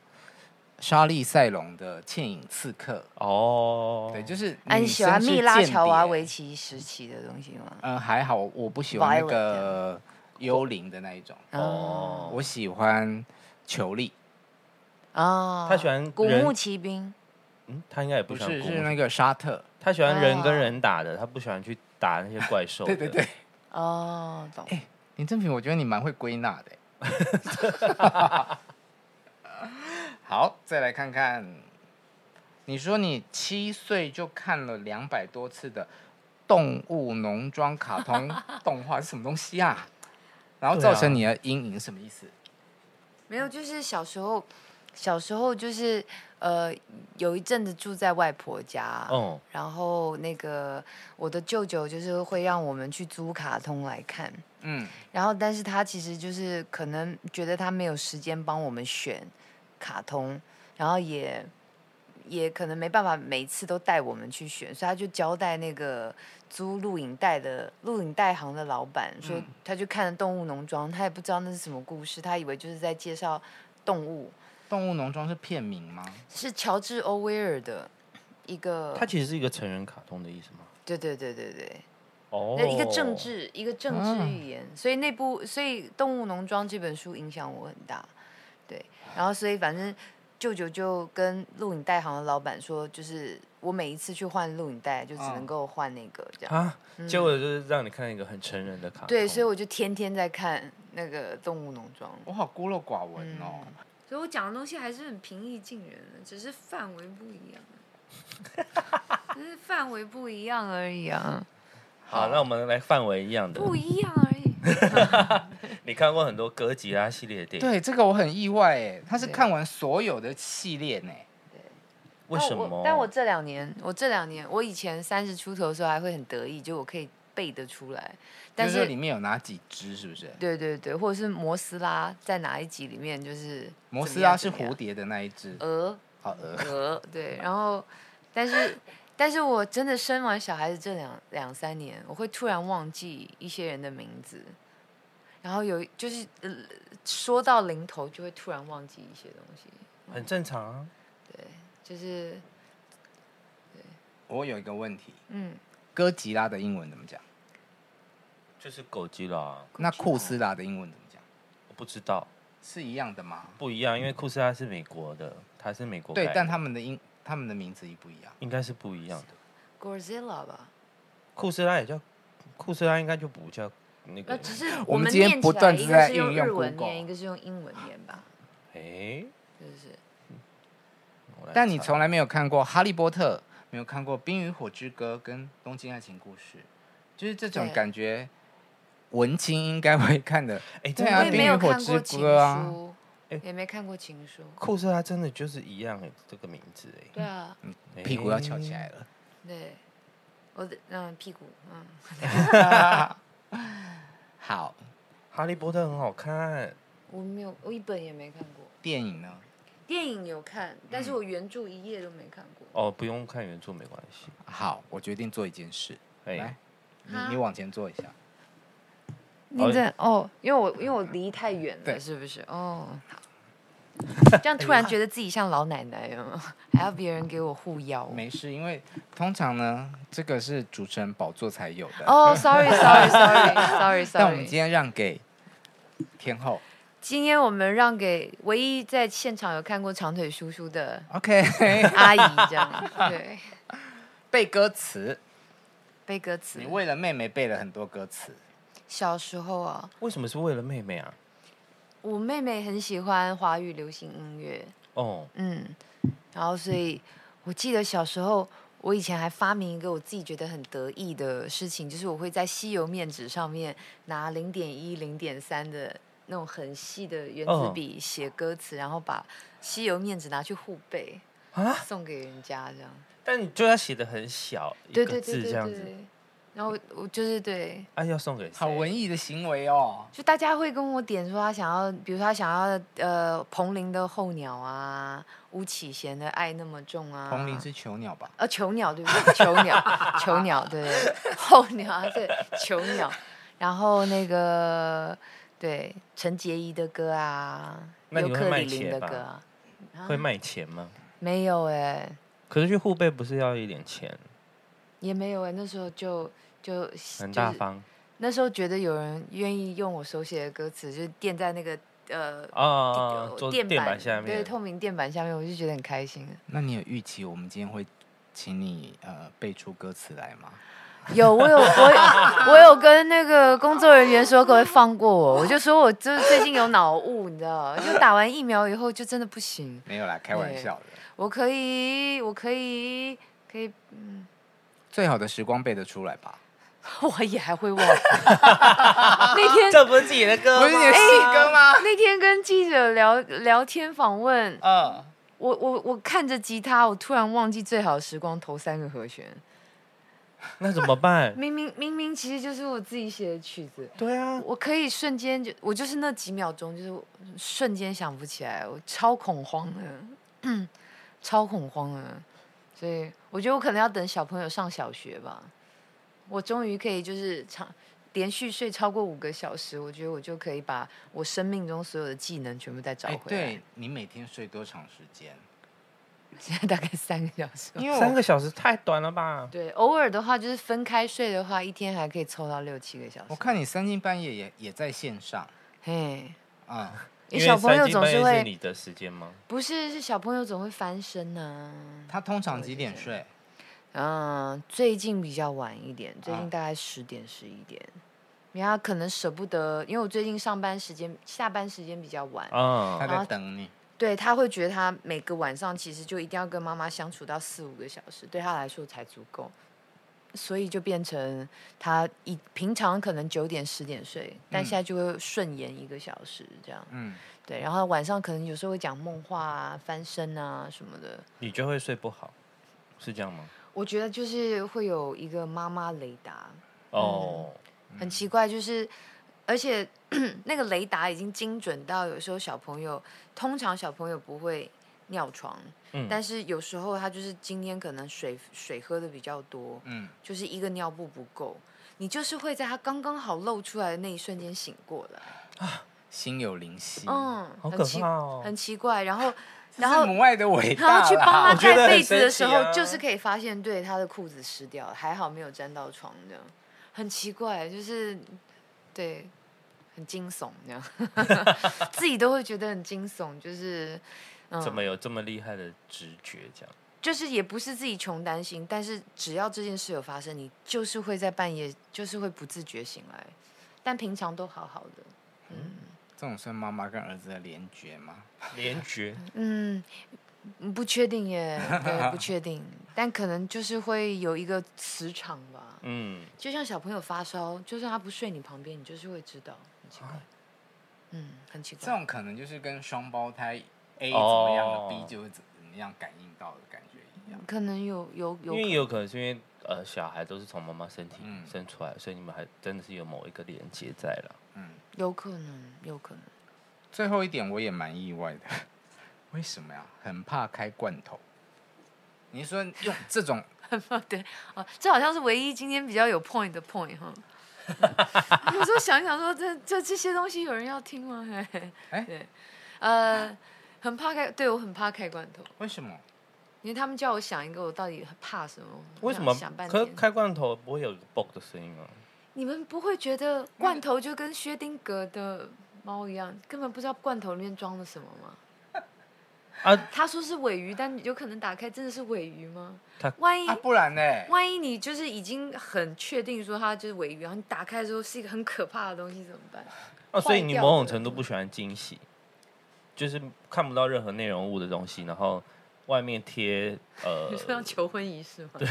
莎莉赛隆的《倩影刺客哦》，，对，就是哎，女你喜欢生是蜜拉间乔娃谍维奇时期的东西吗？嗯，还好，我不喜欢那嗯个幽灵的那一种，哦，我喜欢裘力，啊，他喜欢古人墓奇兵，嗯，他应该也不不喜欢是公主是那个沙特，他喜欢人跟啊人打的，他不喜欢去打那些怪 兽。对对对，，哦，懂。林正平，我觉得你蛮会归纳的欸。 好，再来看看，你说你七岁就看了两百多次的动物农庄卡通动画是什么东西 啊？然后对造啊成你的阴影什么意思？没有，就是小时候，小时候就是呃，有一阵子住在外婆家，嗯，然后那个我的舅舅就是会让我们去租卡通来看，嗯，然后但是他其实就是可能觉得他没有时间帮我们选卡通，然后也也可能没办法每次都带我们去选，所以他就交代那个租录影带的录影带行的老板说嗯，他就看了《动物农庄》，他也不知道那是什么故事，他以为就是在介绍动物，动物农庄是片名吗？是乔治·欧威尔的一个他，其实是一个成人卡通的意思吗？对对对对对。哦嗯那一个政治，一个政治啊语言，所以那部，所以《动物农庄》这本书影响我很大，对，然后所以反正舅舅就跟录影带行的老板说，就是我每一次去换录影带，就只能嗯够换那个这样，啊，结果就是让你看一个很成人的卡通。嗯对，所以我就天天在看那个《动物农庄》，我好孤陋寡闻哦。所以我讲的东西还是很平易近人的，只是范围不一样，啊 只是范围不一样而已啊，好，那我们来范围一样的。不一样而已。 你看过很多哥吉拉系列的电影，对，这个我很意外哎，他是对看完所有的系列呢。为但什么哦我？但我这两年，我这两年，我以前三十出头的时候还会很得意，就我可以背得出来。但，就是是里面有哪几只，是不是？对对对，或者是摩斯拉在哪一集里面就是摩怎么斯样拉是怎么样呃蝴蝶的那一只，鹅好呃鹅。鹅对，然后但是但是我真的生完小孩子这两两三年，我会突然忘记一些人的名字，然后有就是、呃、说到临头就会突然忘记一些东西，很正常啊。就是我有一个问题，嗯，哥吉拉的英文怎么讲？就是狗吉拉，那库斯拉的英文怎么讲？我不知道是一样的吗？不一样，因为库斯拉是美国的，它是美国对改，的但他们的英他们的名字一不一样？应该是不一样的。 Godzilla 吧。库斯拉也叫库斯拉，应该就不叫那那个。呃只是我们们今天念不起断来，一地个在是用运用日文 Google 念，一个是用英文念吧，哎，是不是？我来但你查从来没有看过《哈利波特》，没有看过《冰与火之歌》跟《东京爱情故事》，就是这种对感觉，文青应该会看的。哎，对真的啊我也冰没与有火看之过情歌啊嗯书，哎也没看过情书。酷斯拉真的就是一样哎，这个名字对啊，嗯哎，屁股要翘起来了。对，我的嗯屁股嗯，好，哎。哈利波特很好看，我没有，我一本也没看过。电影呢？电影有看，但嗯是我原著一页都没看过。哦，不用看原著没关系。好，我决定做一件事，来哎，你啊你往前坐一下。你这哦，因为我因为我离太远了，对是不是？哦，好。 这样突然觉得自己像老奶奶了，还要别人给我护腰。没事，因为通常呢，这个是主持人宝座才有的。哦，sorry，sorry，sorry，sorry，sorry。 但我们今天让给天后今天我们让给唯一在现场有看过长腿叔叔的，OK， 阿姨，这样对背歌词。背歌词你。为了妹妹背了很多歌词，小时候啊，为什么是为了妹妹啊？我妹妹很喜欢华语流行音乐，哦，嗯，然后所以我记得小时候，我以前还发明一个我自己觉得很得意的事情，就是我会在吸油面纸上面拿零点一、零点三的那种很细的圆珠嗯笔写歌词，然后把吸油面纸拿去互背啊送给人家这样。但你就要写的很小，一对个对对字对这样子。对，然后我就是对，哎、要送给谁？好文艺的行为哦。就大家会跟我点说他想要，比如说他想要呃彭羚的《候鸟》啊，巫启贤的《爱那么重》啊，彭羚是囚鸟吧？呃，囚鸟对不对？囚鸟，囚鸟对，候鸟啊，对，囚鸟。然后那个对陈洁仪的歌啊，那尤你会克卖里里钱的吧歌啊，会卖钱吗？没有哎、可是去互背不是要一点钱，也没有哎、那时候就就很就大是方那时候觉得有人愿意用我手写的歌词，就是垫在那个呃啊，地坐垫垫板下对，面。透明垫板下面，我就觉得很开心。那你有预期我们今天会请你呃背出歌词来吗？有，我有，我有我有跟那个工作人员说，可不可以放过我？我就说我就是最近有脑雾，你知道，就打完疫苗以后就真的不行。没有啦，开玩笑的。我可以，我可以，可以， 嗯，最好的时光背得出来吧？我也还会忘。 那天这不是自己的歌不是你的戏歌吗？那天跟记者聊聊天访问，嗯，我我我看着吉他，我突然忘记《最好的时光》头三个和弦，那怎 么办？明明明明其实就是我自己写的曲子。对啊，我可以瞬间就，我就是那几秒钟，就是瞬间想不起来，我超恐慌的，超恐慌的，所以我觉得我可能要等小朋友上小学吧，我终于可以就是长连续睡超过五个小时，我觉得我就可以把我生命中所有的技能全部再找哎，回来。对你每天睡多长时间？现在大概三个小时。因为三我个小时太短了吧？对，偶尔的话就是分开睡的话，一天还可以凑到六七个小时。我看你三更半夜也也在线上，嘿， 嗯，因因为为小朋友三更总半是夜会你的时间吗？不是是小朋友总会翻身呐、他通常几点睡？嗯，最近比较晚一点，最近啊大概十点十一点，因为他可能舍不得，因为我最近上班时间、下班时间比较晚，他 啊，在等你。对他会觉得他每个晚上其实就一定要跟妈妈相处到四五个小时，对他来说才足够，所以就变成他以平常可能九点十点睡，但嗯现在就会顺延一个小时这样，嗯，对，然后晚上可能有时候会讲梦话啊、翻身啊什么的，你就会睡不好，是这样吗？我觉得就是会有一个妈妈雷达。哦，很奇怪，就是而且 那个雷达已经精准到，有时候小朋友，通常小朋友不会尿床，嗯但是有时候他就是今天可能水水喝的比较多，嗯，就是一个尿布不够，你就是会在他刚刚好露出来的那一瞬间醒过来，心有灵犀，嗯，好很可奇怕哦很奇怪，然 后这然是后母爱的伟大然后去帮他啦。啊我觉盖得很被子的神时奇候，啊就是可以发现，对他的裤子湿掉了，还好没有沾到床这样，很奇怪，就是对，很惊悚这样， 自己都会觉得很惊悚，就是怎嗯，么有这么厉害的直觉？这样就是也不是自己穷担心，但是只要这件事有发生，你就是会在半夜，就是会不自觉醒来，但平常都好好的，这种算妈妈跟儿子的联觉吗？联觉，嗯，不确定耶，对，不确定，但可能就是会有一个磁场吧，嗯，就像小朋友发烧，就算他不睡你旁边，你就是会知道，很奇怪。啊嗯，很奇这怪。种可能就是跟双胞胎 A 怎么样哦的 B 就是怎么样感应到的感觉一样。可能有有有可嗯因为能，也有可能是因为呃，小孩都是从妈妈身体嗯生出来，所以你们还真的是有某一个连接在了。嗯，有可能，有可能。最后一点我也蛮意外的， 为什么呀？很怕开罐头。你说用这种哦，这好像是唯一今天比较有 point 的 point 哈。 嗯有时候想一想说，这这这些东西有人要听吗？ 嘿嘿哎对，呃，很怕开，对我很怕开罐头，为什么？因为他们叫我想一个，我到底怕什么？我为想什么啊想半？可天。开罐头不会有一个嘣的声音吗？你们不会觉得罐头就跟薛定谔的猫一样，根本不知道罐头里面装了什么吗？啊，他说是尾鱼，但有可能打开真的是尾鱼吗它？万一、啊，不然呢？万一你就是已经很确定说它就是尾鱼，然后你打开的时候是一个很可怕的东西，怎么办？哦，所以你掉某种的程度不喜欢惊喜，就是看不到任何内容物的东西，然后外面贴 呃你，说像求婚仪式吗？ 对，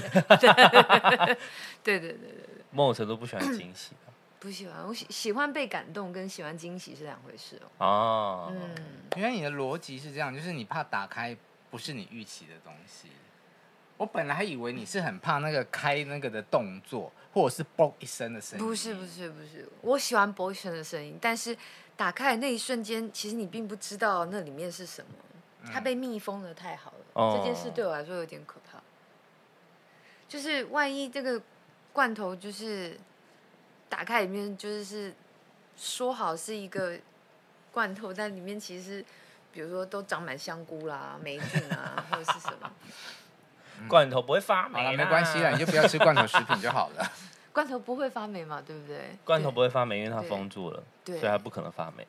对对对对，某种程度不喜欢惊喜不喜欢，我喜喜欢被感动跟喜欢惊喜是两回事哦。啊。嗯，原来你的逻辑是这样，就是你怕打开不是你预期的东西，我本来还以为你是很怕那个开那个的动作，或者是嘣一声的声音。不是不，是不是，我喜欢 b o y s o n 的声音，但是打开的那一瞬间，其实你并不知道那里面是什么，它被密封的太好了。嗯哦这件事对我来说有点可怕，就是万一这个罐头就是打开里面就是是说好是一个罐头，但里面其实比如说都长满香菇啦、霉菌啊，或者是什 么。罐头不会发霉好啦，了，没关系啦，你就不要吃罐头食品就好了。罐头不会发霉嘛，对不对？罐头对不会发霉，因为它封住了，对所以它不可能发霉。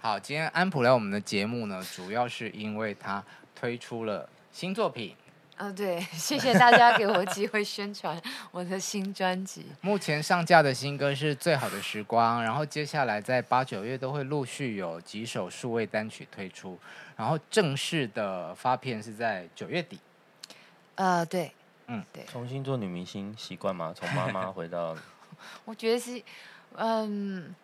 好，今天安普来我们的节目呢，主要是因为他推出了新作品，啊、对， 谢谢大家给我机会宣传我的新专辑。目前上架的新歌是《最好的时光》，然后接下来在八九月都会陆续有几首数位单曲推出，然后正式的发片是在九月底。 呃，对，重新做女明星习惯吗？从妈 妈回到我觉得是，嗯，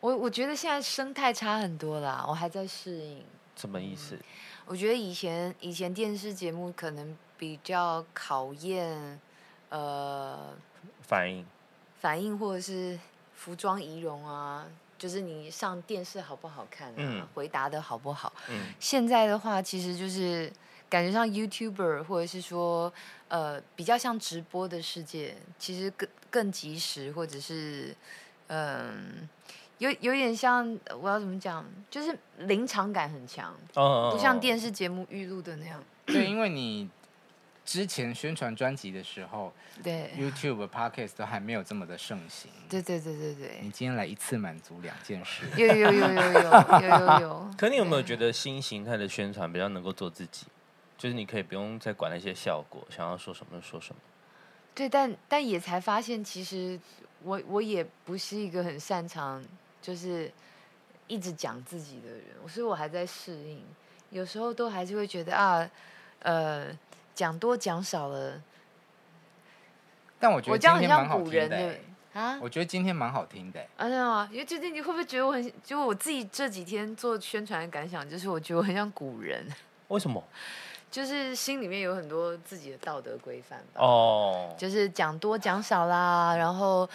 我我觉得现在生态差很多啦，我还在适应。什么意思？我觉得以前以前电视节目可能比较考验，呃，反应反应或者是服装仪容啊，就是你上电视好不好看啊，嗯回答的好不好。嗯现在的话，其实就是感觉上 YouTuber 或者是说呃比较像直播的世界，其实更更及时，或者是嗯、有有点像呃我要怎么讲，就是临场感很强，哦哦，哦。不像电视节目预录的那样。对，因为你之前宣传专辑的时候对， ，YouTube、Podcast 都还没有这么的盛行。对对对对对你，今天来一次满足两件事，有有有有有有有有可你有没有觉得新形态的宣传比较能够做自己？就是你可以不用再管那些效果，想要说什么就说什么。对，但但也才发现，其实我我也不是一个很擅长，就是一直讲自己的人，所以我还在适应。有时候都还是会觉得啊，呃，讲多讲少了，但我觉我得这今样很像天蛮好古人听的、欸的啊。我觉得今天蛮好听 的、啊，真的吗？因为最近你会不会觉得我很，就我自己这几天做宣传的感想，就是我觉得我很像古人， 为什么？就是心里面有很多自己的道德规范吧。哦，就是讲多讲少啦，然后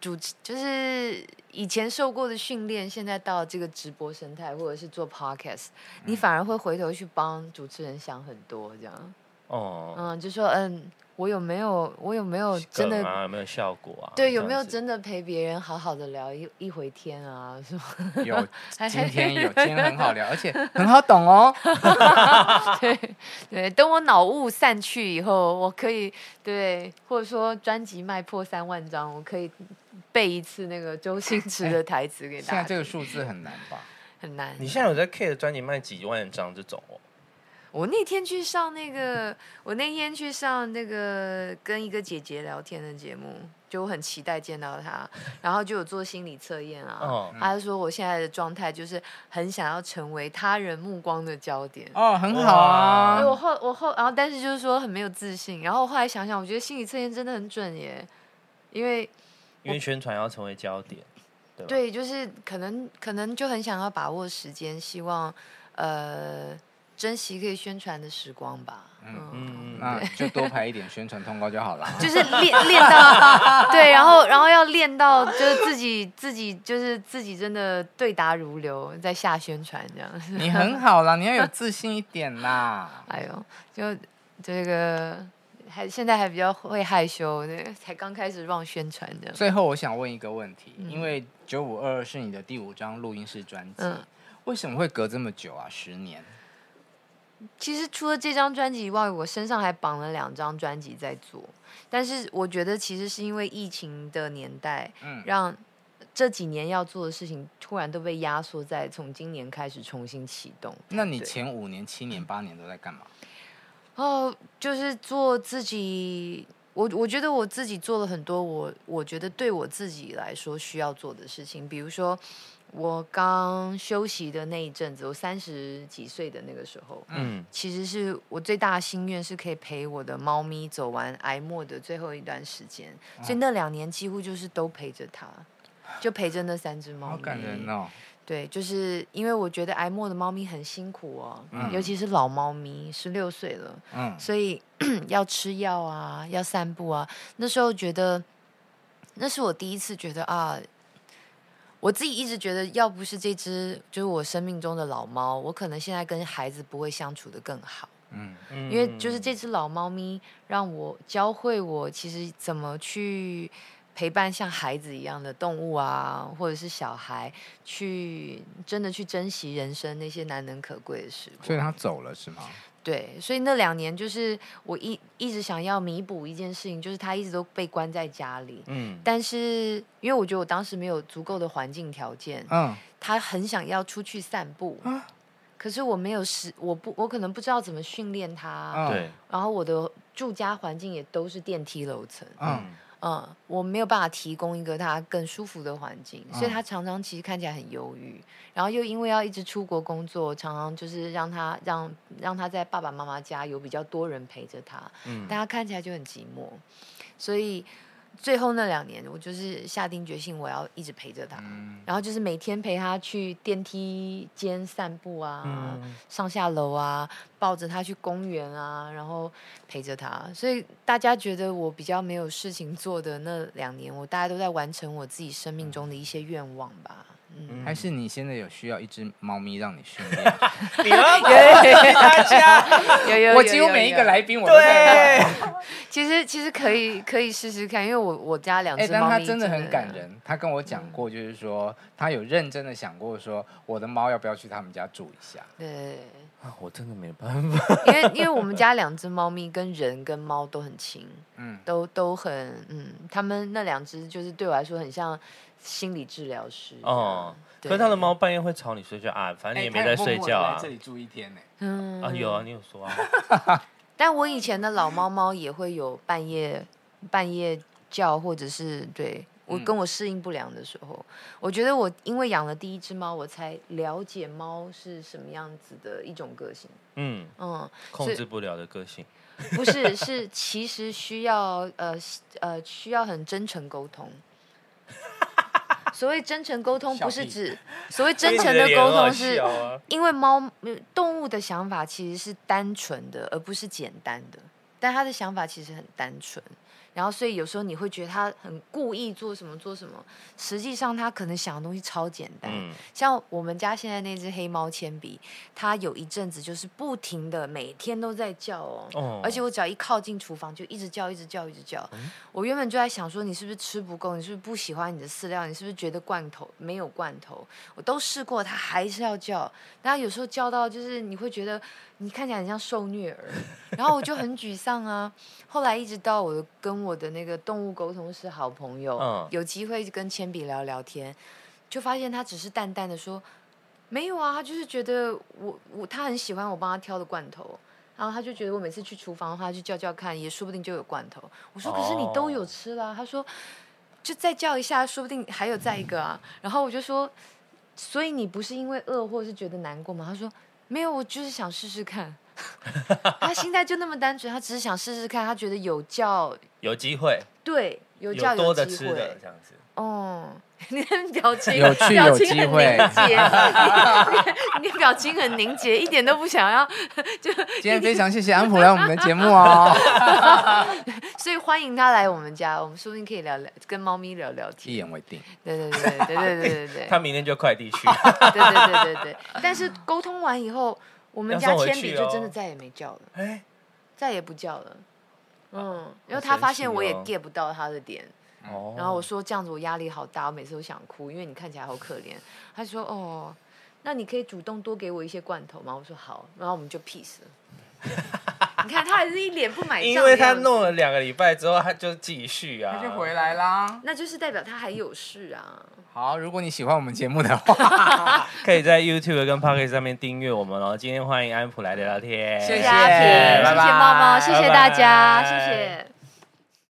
主持就是以前受过的训练，现在到这个直播生态或者是做 podcast，、你嗯反而会回头去帮主持人想很多这样，哦，嗯，就说嗯，我有没有我有没有哦真的、梗啊，有没有效果啊？对有没这有样子真的陪别人好好的聊一一回天啊？什么？有还今天 有，今天很好聊，而且很好懂哦。对对，等我脑雾散去以后，我可以对，或者说专辑卖破三万张，我可以背一次那个周星驰的台词给哎现大在家这听。个数字很难吧？很难。你现在有在 K 的专辑卖几万张这种哦？我那天去上那个，我那天去上那个跟一个姐姐聊天的节目，就我很期待见到她，然后就有做心理测验啊。哦她就说我现在的状态就是很想要成为他人目光的焦点。哦，很好啊所以。我后我后，然后但是就是说很没有自信，然后我后来想想，我觉得心理测验真的很准耶，因为因为宣传要成为焦点，对吧？对，就是可能可能就很想要把握时间，希望呃珍惜可以宣传的时光吧。嗯，嗯，那就多排一点宣传通告就 好了。就是练练到对，然后然后要练到就是自己自己就是自己真的对答如流，在下宣传这样。你很好啦，你要有自信一点啦。哎呦，就这个还现在还比较会害羞，那个才刚开始让宣传这样。最后，我想问一个问题，嗯因为九五二二是你的第五张录音室专辑，嗯，为什么会隔这么久啊？十年？其实除了这张专辑以外，我身上还绑了两张专辑在做，但是我觉得其实是因为疫情的年代，嗯让这几年要做的事情突然都被压缩在从今年开始重新启动。那你对前五年、七年、八年都在干嘛？哦，就是做自己。我我觉得我自己做了很多我我觉得对我自己来说需要做的事情，比如说我刚休息的那一阵子，我三十几岁的那个时候，嗯，其实是我最大的心愿是可以陪我的猫咪走完癌末的最后一段时间，啊所以那两年几乎就是都陪着它，就陪着那三只猫好咪。感人哦！对，就是因为我觉得挨默的猫咪很辛苦哦，嗯尤其是老猫咪，十六岁了，嗯所以 要吃药啊，要散步啊。那时候觉得，那是我第一次觉得啊，我自己一直觉得，要不是这只就是我生命中的老猫，我可能现在跟孩子不会相处的更好。嗯嗯因为就是这只老猫咪让我教会我其实怎么去陪伴像孩子一样的动物啊，或者是小孩，去真的去珍惜人生那些难能可贵的时所以光。他走了是吗？对，所以那两年就是我一一直想要弥补一件事情，就是他一直都被关在家里。嗯但是，因为我觉得我当时没有足够的环境条件，嗯他很想要出去散步，啊可是我没有时，我不，我可能不知道怎么训练他，嗯对然后我的住家环境也都是电梯楼层，嗯嗯嗯，我没有办法提供一个他更舒服的环境，所以嗯他常常其实看起来很忧郁，然后又因为要一直出国工作，常常就是让他让让他在爸爸妈妈家有比较多人陪着他，嗯但他看起来就很寂寞，所以最后那两年我就是下定决心我要一直陪着他，嗯然后就是每天陪他去电梯间散步啊，嗯上下楼啊，抱着他去公园啊，然后陪着他。所以大家觉得我比较没有事情做的那两年，我大家都在完成我自己生命中的一些愿望 吧。嗯，还是你现在有需要一只猫咪让你训练？你要鼓励大家， 有 有我几乎每一个，来有宾我都在 对，其实其实可以可以试试看，因为我我家两哎、只但猫他咪真的很感。人。他跟我讲过，就是说他有认真的想过说，我的猫要不要去他们家住一下？对， 啊我真的没办法，因为因为我们家两只猫咪跟人跟猫都很亲，嗯，都都很嗯，他们那两只就是对我来说很像心理治疗师哦这样。可是他的对猫半夜会吵你睡觉啊，反正你也没在睡觉哎他有默默地来啊这。里住一天呢、嗯啊，有啊，你有 说啊，但我以前的老猫猫也会有半夜半夜叫，或者是对我嗯跟我适应不良的时候，我觉得我因为养了第一只猫，我才了解猫是什么样子的一种个性。嗯，嗯，控制不了的个性，不是，是其实需要呃呃需要很真诚沟通。所谓真诚沟通，不是笑屁指所谓真诚的沟通你是的脸很好笑啊因为猫动物的想法其实是单纯的，而不是简单的。但它的想法其实很单纯，然后所以有时候你会觉得它很故意做什么做什么，实际上它可能想的东西超简单。嗯像我们家现在那只黑猫铅笔，它有一阵子就是不停的每天都在叫哦。哦嗯而且我只要一靠近厨房，就一直叫，一直叫，一直叫。我原本就在想说，你是不是吃不够？你是不是不喜欢你的饲料？你是不是觉得罐头没有罐头？我都试过，它还是要叫。然后有时候叫到就是你会觉得你看起来很像受虐儿，然后我就很沮丧啊。后来一直到我的跟我的那个动物沟通师好朋友，嗯有机会跟铅笔聊聊天，就发现他只是淡淡的说。没有啊，他就是觉得我我他很喜欢我帮他挑的罐头，然后他就觉得我每次去厨房的话，他去叫叫看，也说不定就有罐头。我说可是你都哦有吃啦，他说就再叫一下，说不定还有再一个啊。然后我就说，所以你不是因为饿或是觉得难过吗？他说没有，我就是想试试看。 他心态就那么单纯，他只是想试试看，他觉得有叫有机会对有叫有多的机吃的会，这样子，哦，你的表情有趣表有情机很会凝结，你的表情很凝结，一点都不想要，今天非常谢谢安普来我们的节目哦，所以欢迎他来我们家，我们说不定可以聊聊，跟猫咪聊聊 一天。言为定。对对对对对对对对对他明天就快 递去，对对对对对。但是沟通完以后，我们家要送回铅去笔哦就真的再也没叫了，哎，再也不叫了。嗯，因为好他神发奇现我也哦 get 不到他的点，哦然后我说这样子我压力好大，我每次都想哭，因为你看起来好可怜。他说哦，那你可以主动多给我一些罐头吗？我说好，然后我们就 peace 了。 你看他还是一脸不买账，因为他弄，了两个礼拜之后，他就继续啊，他就回来啦。那就是代表他还有事啊。好，如果你喜欢我们节目的话，可以在 YouTube 跟 Pocket 上面订阅我们哦。今天欢迎安普来聊聊天，谢谢阿平，拜谢谢拜猫猫，谢谢大家，拜拜谢谢。